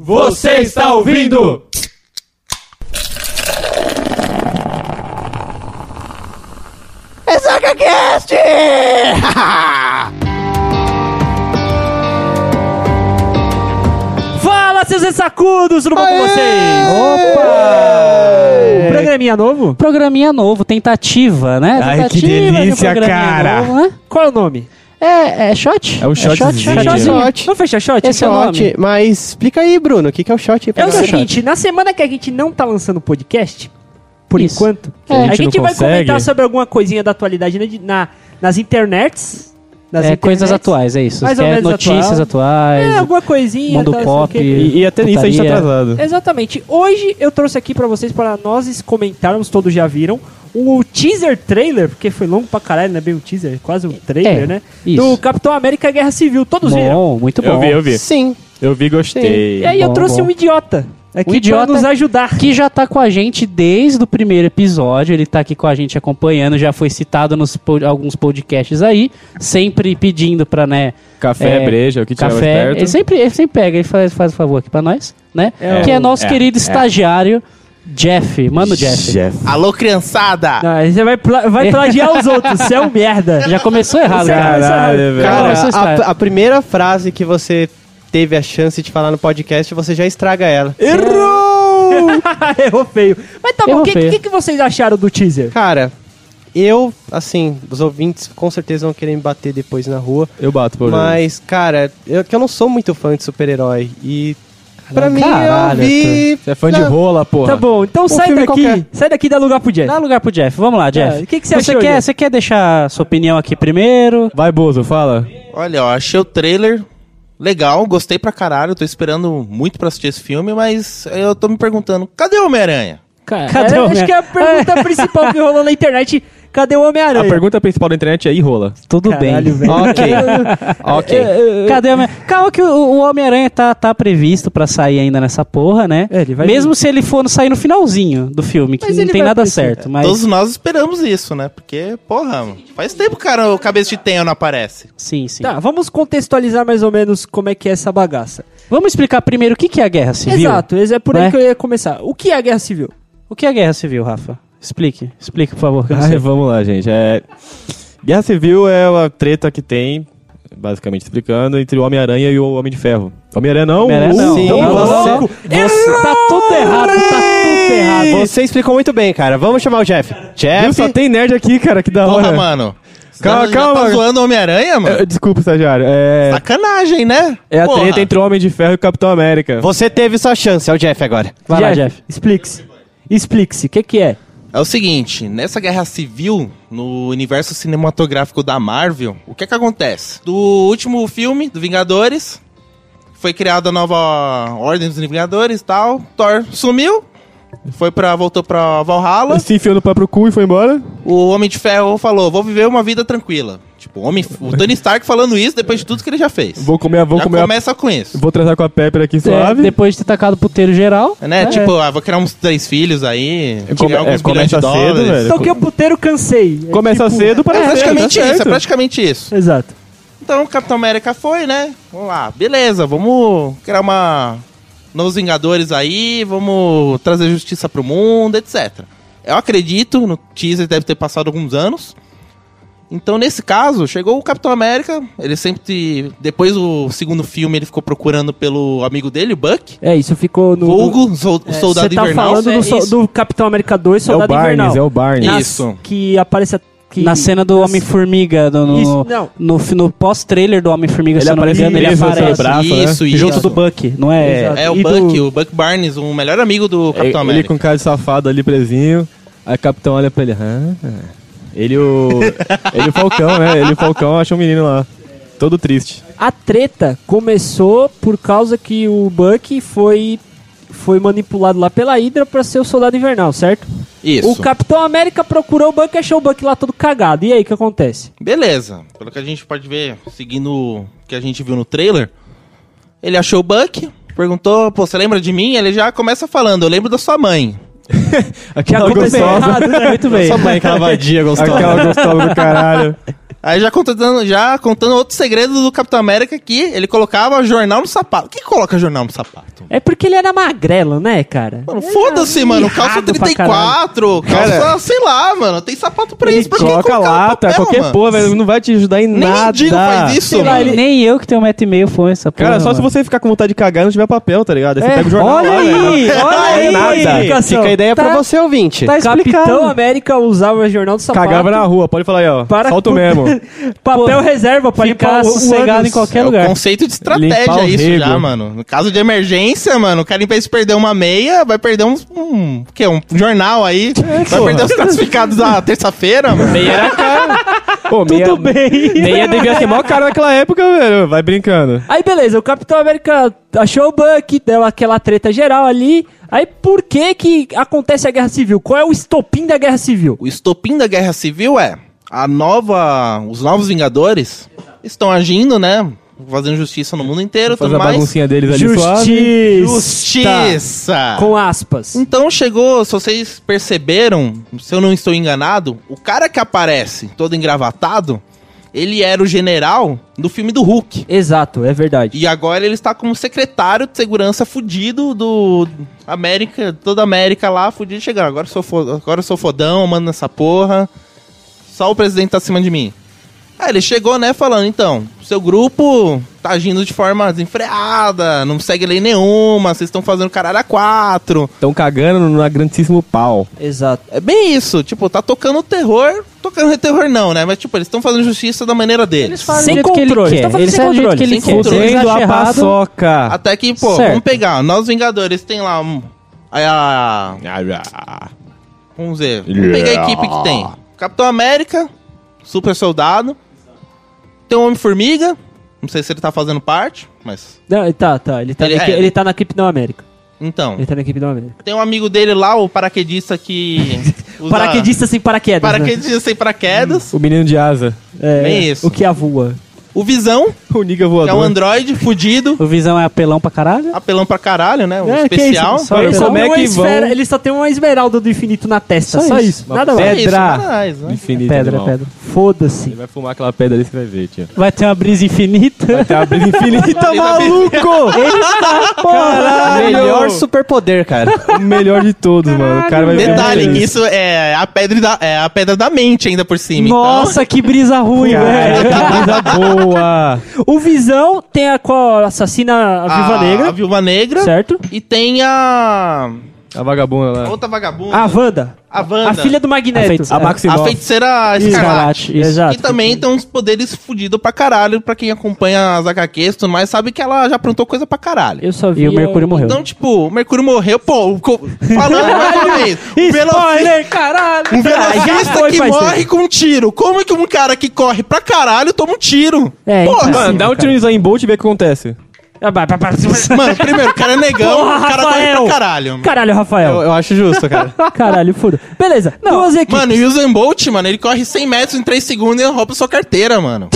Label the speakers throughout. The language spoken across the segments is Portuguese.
Speaker 1: Você está ouvindo?
Speaker 2: EsagaCast!
Speaker 1: Fala, seus ressacudos, tudo bom com vocês?
Speaker 2: É.
Speaker 3: Um
Speaker 4: Opa!
Speaker 1: Programinha novo?
Speaker 4: Programinha novo, tentativa, né?
Speaker 2: Ai, que
Speaker 4: Tentativa de um
Speaker 2: delícia,
Speaker 4: programinha
Speaker 2: cara.
Speaker 4: novo, né?
Speaker 1: Qual é o nome?
Speaker 4: É, é shot?
Speaker 2: É o
Speaker 4: shot,
Speaker 2: shotzinho.
Speaker 4: shotzinho.
Speaker 2: É
Speaker 4: shot.
Speaker 3: shot.
Speaker 1: Vamos fechar shot? então?
Speaker 3: Esse é o
Speaker 4: nome.
Speaker 3: shot, mas explica aí, Bruno, o que, que é o shot aí pra
Speaker 1: É o
Speaker 3: galera?
Speaker 1: seguinte, na semana que a gente não tá lançando podcast, por
Speaker 4: Isso.
Speaker 1: enquanto,
Speaker 4: É.
Speaker 1: a
Speaker 4: A
Speaker 1: gente,
Speaker 2: gente não
Speaker 1: vai
Speaker 2: consegue.
Speaker 1: comentar sobre alguma coisinha da atualidade na- na- nas internets. Nas
Speaker 4: É,
Speaker 1: internets.
Speaker 4: coisas atuais, é isso.
Speaker 1: Mais ou
Speaker 4: Quer
Speaker 1: menos
Speaker 4: notícias atuais,
Speaker 1: É, alguma coisinha.
Speaker 4: mundo
Speaker 1: tal, sei o
Speaker 4: pop.
Speaker 1: quê.
Speaker 2: E, e até nisso a gente tá
Speaker 4: putaria.
Speaker 2: atrasado.
Speaker 1: Exatamente. Hoje eu trouxe aqui pra vocês, para nós comentarmos, todos já viram, o teaser trailer, porque foi longo pra caralho, né? Bem um teaser, quase um trailer,
Speaker 4: É,
Speaker 1: né?
Speaker 4: isso.
Speaker 1: Do Capitão América Guerra Civil. Todos viram.
Speaker 4: Bom, muito bom.
Speaker 2: Eu vi, eu vi.
Speaker 3: Sim.
Speaker 2: Eu vi, gostei.
Speaker 1: E aí eu
Speaker 4: Bom,
Speaker 1: trouxe
Speaker 4: bom.
Speaker 1: um idiota aqui
Speaker 4: Um idiota
Speaker 1: pra nos ajudar.
Speaker 4: Que já tá com a gente desde o primeiro episódio, ele tá aqui com a gente acompanhando, já foi citado nos po- alguns podcasts aí, sempre pedindo pra, né,
Speaker 2: Café,
Speaker 4: É,
Speaker 2: breja, o que tiver mais
Speaker 4: café.
Speaker 2: perto.
Speaker 4: Ele sempre, ele sempre pega, ele faz, faz o favor aqui pra nós, né?
Speaker 1: É,
Speaker 4: que
Speaker 1: o-
Speaker 4: é nosso
Speaker 2: é,
Speaker 4: querido
Speaker 2: é.
Speaker 4: estagiário, Jeff. Mano, Jeff.
Speaker 2: Alô,
Speaker 1: Não, aí você vai, pla- vai plagiar os outros, você é um merda.
Speaker 4: Ah. Já começou errado,
Speaker 1: Você
Speaker 2: tá
Speaker 4: cara.
Speaker 1: começou errado.
Speaker 2: caralho, velho.
Speaker 4: Cara,
Speaker 3: Cara,
Speaker 4: essa história.
Speaker 3: a, a primeira frase que você teve a chance de falar no podcast, você já estraga ela.
Speaker 2: Errou!
Speaker 1: Ah, Errou feio. Mas tá bom,
Speaker 4: Errou
Speaker 1: o que,
Speaker 4: feio.
Speaker 1: que, que vocês acharam do teaser?
Speaker 3: Cara, eu, assim, os ouvintes com certeza vão querer me bater depois na rua.
Speaker 2: eu bato, por
Speaker 3: Mas, cara, eu, que eu não sou muito fã de super-herói. E pra mim,
Speaker 4: Caralho,
Speaker 3: eu vi...
Speaker 2: Você é fã de rola, porra.
Speaker 1: Tá bom, então sai
Speaker 3: filme
Speaker 1: daqui.
Speaker 3: é qualquer.
Speaker 1: Sai daqui e dá lugar pro Jeff.
Speaker 4: Dá lugar pro Jeff. Vamos lá, Jeff.
Speaker 1: É, o que que você achou,
Speaker 4: quer,
Speaker 1: Jeff?
Speaker 4: Você quer deixar sua opinião aqui primeiro?
Speaker 2: Vai, Bozo, fala.
Speaker 5: Olha, eu achei o trailer legal, gostei pra caralho, tô esperando muito pra assistir esse filme, mas eu tô me perguntando, cadê o Homem-Aranha?
Speaker 4: Cadê
Speaker 1: É,
Speaker 4: o
Speaker 1: acho
Speaker 4: Homem-
Speaker 1: que é a pergunta principal que rolou na internet. Cadê o
Speaker 2: A
Speaker 1: Homem-Aranha?
Speaker 2: pergunta principal da internet é e rola.
Speaker 4: Tudo
Speaker 1: Caralho,
Speaker 4: bem.
Speaker 1: velho.
Speaker 2: Ok. ok.
Speaker 4: É, Cadê o Homem- Calma que o, o Homem-Aranha tá, tá previsto pra sair ainda nessa porra, né?
Speaker 1: É, ele vai
Speaker 4: Mesmo se ele for sair no finalzinho do filme, que
Speaker 1: Mas
Speaker 4: não
Speaker 1: ele
Speaker 4: tem
Speaker 1: vai
Speaker 4: nada
Speaker 1: aparecer.
Speaker 4: certo. Mas
Speaker 5: Todos nós esperamos isso, né? Porque, porra, mano, faz tempo que o cara, o cabeça de tenho não aparece.
Speaker 4: sim, sim.
Speaker 1: Tá, vamos contextualizar mais ou menos como é que é essa bagaça.
Speaker 4: Vamos explicar primeiro o que que é a Guerra Civil?
Speaker 1: Exato, esse é por aí
Speaker 4: Né?
Speaker 1: que eu ia começar. O que é a Guerra Civil?
Speaker 4: O que é a Guerra Civil, Rafa? Explique, explique, por favor. que eu
Speaker 3: Tá
Speaker 4: não
Speaker 2: Ai,
Speaker 4: sei.
Speaker 2: vamos lá, gente. É, Guerra Civil é uma treta que tem, basicamente explicando, entre o Homem-Aranha e o Homem de Ferro. Homem-Aranha não?
Speaker 4: Homem-Aranha é, né? não.
Speaker 2: Sim.
Speaker 4: Não,
Speaker 2: você-
Speaker 4: você, você- tá tudo errado, tá tudo errado.
Speaker 3: Você explicou muito bem, cara. Vamos chamar o Jeff.
Speaker 2: Viu?
Speaker 3: Jeff,
Speaker 2: Só tem nerd aqui, cara, que da
Speaker 5: Porra,
Speaker 2: hora.
Speaker 5: mano. Você
Speaker 2: Calma,
Speaker 5: já
Speaker 2: calma.
Speaker 5: Tá zoando o Homem-Aranha, mano?
Speaker 2: É, Desculpa, estagiário. É,
Speaker 5: Sacanagem, né?
Speaker 2: é a
Speaker 5: Porra.
Speaker 2: treta entre o Homem de Ferro e o Capitão América.
Speaker 3: você teve sua chance. É o Jeff agora.
Speaker 4: Vai lá, Jeff.
Speaker 1: Explique-se. Explique-se, o que, que é?
Speaker 5: É o seguinte, nessa guerra civil, no universo cinematográfico da Marvel, o que é que acontece? Do último filme, do Vingadores, foi criada a nova Ordem dos Vingadores e tal, Thor sumiu, foi pra, voltou pra Valhalla,
Speaker 2: Se enfiou no próprio cu e foi embora.
Speaker 5: o Homem de Ferro falou, vou viver uma vida tranquila. Tipo, o, homem, o Tony Stark falando isso depois de tudo que ele já fez.
Speaker 2: Vou comer, a- vou
Speaker 5: já
Speaker 2: comer, a-
Speaker 5: começa com isso.
Speaker 2: vou transar com a Pepper aqui
Speaker 4: É,
Speaker 2: suave.
Speaker 4: depois de ter tacado o puteiro geral.
Speaker 2: É.
Speaker 5: Né? Tipo, ah, vou criar uns três filhos aí,
Speaker 2: Come-
Speaker 5: tirar alguns
Speaker 2: é,
Speaker 5: milhões de
Speaker 2: começa cedo,
Speaker 5: dólares.
Speaker 2: velho.
Speaker 1: Então que eu puteiro cansei. É
Speaker 2: Começa
Speaker 1: tipo-
Speaker 2: cedo para
Speaker 5: É
Speaker 2: cedo,
Speaker 5: praticamente
Speaker 2: tá
Speaker 5: isso, é
Speaker 2: certo.
Speaker 5: praticamente isso.
Speaker 1: Exato.
Speaker 5: Então o Capitão América foi, né? Vamos lá, beleza, vamos criar uma. Novos Vingadores aí, vamos trazer justiça pro mundo, etc. Eu acredito, no teaser deve ter passado alguns anos. Então, nesse caso, chegou o Capitão América. Ele sempre. Depois do segundo filme, ele ficou procurando pelo amigo dele, o Buck.
Speaker 1: É, isso ficou no... no-
Speaker 5: Vulgo, Zo- o
Speaker 1: É,
Speaker 5: Soldado
Speaker 1: Você tá
Speaker 5: Invernal.
Speaker 1: falando do,
Speaker 5: É
Speaker 1: so-
Speaker 5: isso.
Speaker 1: do Capitão América 2,
Speaker 2: É o
Speaker 1: Soldado
Speaker 2: Barnes,
Speaker 1: Invernal.
Speaker 2: é o Barnes.
Speaker 1: Nas-
Speaker 5: Isso.
Speaker 1: Que aparece... a- Que...
Speaker 4: Na cena do
Speaker 1: nas-
Speaker 4: Homem-Formiga, do-
Speaker 1: Isso,
Speaker 4: no,
Speaker 1: não.
Speaker 4: no, fi- no pós-trailer do Homem-Formiga, se
Speaker 2: Ele
Speaker 4: eu não me
Speaker 2: aparece
Speaker 4: engano, ele
Speaker 2: preso no seu
Speaker 4: aparece.
Speaker 2: braço, né?
Speaker 5: Isso, isso.
Speaker 4: Junto do Buck, não é?
Speaker 1: Exato.
Speaker 5: É o
Speaker 1: E do-
Speaker 5: Buck, o Buck Barnes, o melhor amigo do Capitão
Speaker 2: ele
Speaker 5: América.
Speaker 2: com cara de safado ali presinho. Aí o capitão olha pra ele. "Hã? Ele o. ele e o Falcão, né? Ele e o Falcão acha um menino lá. Todo triste.
Speaker 1: A treta começou por causa que o Buck foi foi manipulado lá pela Hydra pra ser o Soldado Invernal, certo?
Speaker 5: Isso.
Speaker 1: O Capitão América procurou o Buck e achou o Buck lá todo cagado. E aí, o que acontece?
Speaker 5: Beleza. Pelo que a gente pode ver, seguindo o que a gente viu no trailer, ele achou o Buck, perguntou, pô, você lembra de mim? Ele já começa falando, eu lembro da sua mãe.
Speaker 1: Já
Speaker 2: Aquela
Speaker 1: aconteceu
Speaker 2: gostosa.
Speaker 1: errado, né?
Speaker 4: Muito bem.
Speaker 3: Sua mãe, aquela vadia gostosa.
Speaker 2: Aquela gostosa do caralho.
Speaker 5: Aí já contando, já contando outro segredo do Capitão América que ele colocava jornal no sapato. Quem coloca jornal no sapato?
Speaker 1: É porque ele era magrelo, né, cara?
Speaker 5: Mano, foda-se, mano. Calça
Speaker 1: errado pra
Speaker 5: 34, calça, sei lá, mano. Tem sapato pra isso. Pra quem
Speaker 2: Coloca
Speaker 5: colocar no
Speaker 2: lata,
Speaker 5: papel,
Speaker 2: qualquer
Speaker 5: mano?
Speaker 2: porra, velho. Não vai te ajudar em
Speaker 5: Nem
Speaker 2: nada.
Speaker 5: mendigo faz isso,
Speaker 4: Sei lá,
Speaker 5: mano.
Speaker 4: ele- nem eu que tenho um metro e meio foi essa porra.
Speaker 2: Cara, só se
Speaker 4: mano.
Speaker 2: você ficar com vontade de cagar e não tiver papel, tá ligado? Aí você
Speaker 4: É,
Speaker 2: pega o jornal
Speaker 4: olha
Speaker 2: lá, velho.
Speaker 4: aí, olha aí.
Speaker 2: Nada.
Speaker 1: explicação.
Speaker 3: Fica a ideia pra
Speaker 4: Tá-
Speaker 3: você, ouvinte.
Speaker 4: Tá explicado.
Speaker 1: Capitão América usava o jornal do sapato.
Speaker 2: Cagava na rua, pode falar aí, ó.
Speaker 1: Para
Speaker 2: Solta o
Speaker 1: com-
Speaker 2: mesmo.
Speaker 1: Papel
Speaker 4: Pô,
Speaker 1: reserva pra limpar
Speaker 4: Ficar
Speaker 1: o, o
Speaker 4: sossegado
Speaker 1: ânus.
Speaker 4: em qualquer
Speaker 5: É o
Speaker 4: lugar.
Speaker 5: conceito de estratégia
Speaker 2: Limpar o
Speaker 5: isso
Speaker 2: rego.
Speaker 5: já, mano. No caso de emergência, mano, o cara em vez de perder uma meia, vai perder um, um, o quê? um jornal aí.
Speaker 2: É,
Speaker 5: vai perder os classificados da terça-feira, mano.
Speaker 2: Meia era cara. Pô, meia,
Speaker 1: Tudo bem.
Speaker 2: meia devia ser maior caro naquela época, velho. Vai brincando.
Speaker 1: Aí beleza, o Capitão América achou o Buck, deu aquela treta geral ali. Aí por que que acontece a Guerra Civil? Qual é o estopim da Guerra Civil?
Speaker 5: O estopim da Guerra Civil é a nova, os novos Vingadores estão agindo, né? Fazendo justiça no mundo inteiro,
Speaker 2: Fazer
Speaker 5: tudo
Speaker 2: a
Speaker 5: mais.
Speaker 2: baguncinha deles ali suave.
Speaker 1: Justiça.
Speaker 5: Justiça.
Speaker 1: Com aspas.
Speaker 5: Então chegou, se vocês perceberam, se eu não estou enganado, o cara que aparece todo engravatado, ele era o general do filme do Hulk.
Speaker 1: Exato, é verdade.
Speaker 5: E agora ele está como secretário de segurança fudido do América, toda a América lá, fudido chegando. Agora eu sou, fo- agora eu sou fodão, mando nessa porra. Só o presidente tá acima de mim. Aí ele chegou, né, falando, então, seu grupo tá agindo de forma desenfreada, não segue lei nenhuma, vocês estão fazendo caralho a quatro.
Speaker 2: Estão cagando na grandíssimo pau.
Speaker 1: Exato.
Speaker 5: É bem isso, tipo, tá tocando terror, tocando terror não, né, mas tipo, eles estão fazendo justiça da maneira deles.
Speaker 4: fazem
Speaker 1: Sem
Speaker 4: do jeito que ele
Speaker 1: controle,
Speaker 4: quer.
Speaker 1: tá fazendo
Speaker 4: Eles
Speaker 1: sem
Speaker 4: fazem do jeito
Speaker 1: controle,
Speaker 4: que ele
Speaker 1: sem
Speaker 4: quer. Se ele
Speaker 2: Fudendo
Speaker 4: acha
Speaker 2: a
Speaker 4: errado,
Speaker 2: paçoca.
Speaker 5: Até que, pô,
Speaker 4: Certo.
Speaker 5: vamos pegar. Nós Vingadores tem lá. um- a- a- vamos ver. Vamos pegar a equipe que tem. Capitão América, Super Soldado. Tem o Homem-Formiga. Não sei se ele tá fazendo parte, mas.
Speaker 1: Não, tá, tá. Ele tá,
Speaker 5: Ele-
Speaker 1: na, equi-
Speaker 5: é,
Speaker 1: ele tá na equipe da América.
Speaker 5: Então.
Speaker 1: Ele tá na equipe da América.
Speaker 5: Tem um amigo dele lá, o paraquedista que. usa-
Speaker 1: Paraquedista sem paraquedas. Né?
Speaker 5: Paraquedista sem paraquedas.
Speaker 2: O menino de asa.
Speaker 1: É,
Speaker 5: Bem isso.
Speaker 1: O que né? avua.
Speaker 5: O Visão,
Speaker 2: O niga
Speaker 5: que é um
Speaker 2: voador.
Speaker 5: androide fudido.
Speaker 4: o Visão é apelão pra caralho.
Speaker 5: Apelão pra caralho, né? O
Speaker 1: É, que
Speaker 5: especial.
Speaker 1: isso? Só,
Speaker 2: Mano,
Speaker 1: ele, só
Speaker 2: como
Speaker 1: tem
Speaker 2: é
Speaker 1: uma
Speaker 2: que
Speaker 1: esfera-
Speaker 2: vão-
Speaker 1: ele só tem uma esmeralda do infinito na testa. Só,
Speaker 4: Só
Speaker 1: isso.
Speaker 4: isso.
Speaker 1: Nada
Speaker 5: É
Speaker 1: mais.
Speaker 5: isso,
Speaker 2: Pedra.
Speaker 5: caralho, né?
Speaker 2: Infinito,
Speaker 4: Pedra,
Speaker 2: irmão.
Speaker 4: pedra.
Speaker 2: Ele
Speaker 1: Foda-se.
Speaker 2: vai fumar aquela pedra ali, você vai ver, tio.
Speaker 4: Vai ter uma brisa infinita.
Speaker 2: Vai ter uma brisa infinita, maluco!
Speaker 3: Melhor superpoder, cara.
Speaker 2: O melhor de todos, mano. O cara vai um
Speaker 5: Detalhe,
Speaker 2: Feliz.
Speaker 5: que isso é a pedra da, é a pedra da mente ainda por cima. então.
Speaker 4: Nossa, que brisa
Speaker 1: é.
Speaker 4: ruim,
Speaker 2: Cara,
Speaker 4: velho.
Speaker 2: que coisa boa!
Speaker 1: O Visão tem a qual assassina a
Speaker 5: então,
Speaker 1: Viva
Speaker 5: A
Speaker 1: Negra,
Speaker 5: Viúva Negra.
Speaker 1: certo?
Speaker 5: E tem a.
Speaker 2: A vagabunda lá.
Speaker 5: Outra vagabunda.
Speaker 1: A Wanda. É
Speaker 5: A Wanda.
Speaker 1: A filha do
Speaker 4: A
Speaker 1: Magneto.
Speaker 4: feiticeira.
Speaker 2: A
Speaker 5: A
Speaker 2: Maximoff.
Speaker 5: feiticeira escarlate.
Speaker 4: Escarlate, isso.
Speaker 1: Exato.
Speaker 5: E também tem uns poderes fudidos pra caralho. Pra quem acompanha as HQs e tudo mais, sabe que ela já aprontou coisa pra caralho.
Speaker 1: Eu só vi.
Speaker 4: E o Mercúrio morreu.
Speaker 5: Então, tipo, o Mercúrio morreu, pô. o co- Falando mais uma vez. Um
Speaker 1: É.
Speaker 5: velo-
Speaker 1: Spoiler, caralho!
Speaker 5: Um
Speaker 1: Ah, já
Speaker 5: velocista
Speaker 1: foi,
Speaker 5: que
Speaker 1: faz tempo.
Speaker 5: morre com um tiro. Como é que um cara que corre pra caralho toma um tiro?
Speaker 1: É,
Speaker 5: Porra!
Speaker 1: impossível,
Speaker 2: Mano, dá um
Speaker 1: cara.
Speaker 2: tiro em Zayn Bolt e vê o que acontece.
Speaker 1: Ah, vai, vai, vai.
Speaker 5: Mano, primeiro, o cara é negão,
Speaker 1: Porra,
Speaker 5: o cara corre
Speaker 1: Rafael!
Speaker 5: pra caralho.
Speaker 1: Caralho,
Speaker 3: Eu,
Speaker 1: Rafael.
Speaker 3: eu acho justo, cara.
Speaker 1: Caralho, foda. Beleza, duas equipes.
Speaker 5: Mano, e o Usain Bolt, mano, ele corre 100 metros em 3 segundos e rouba sua carteira, mano.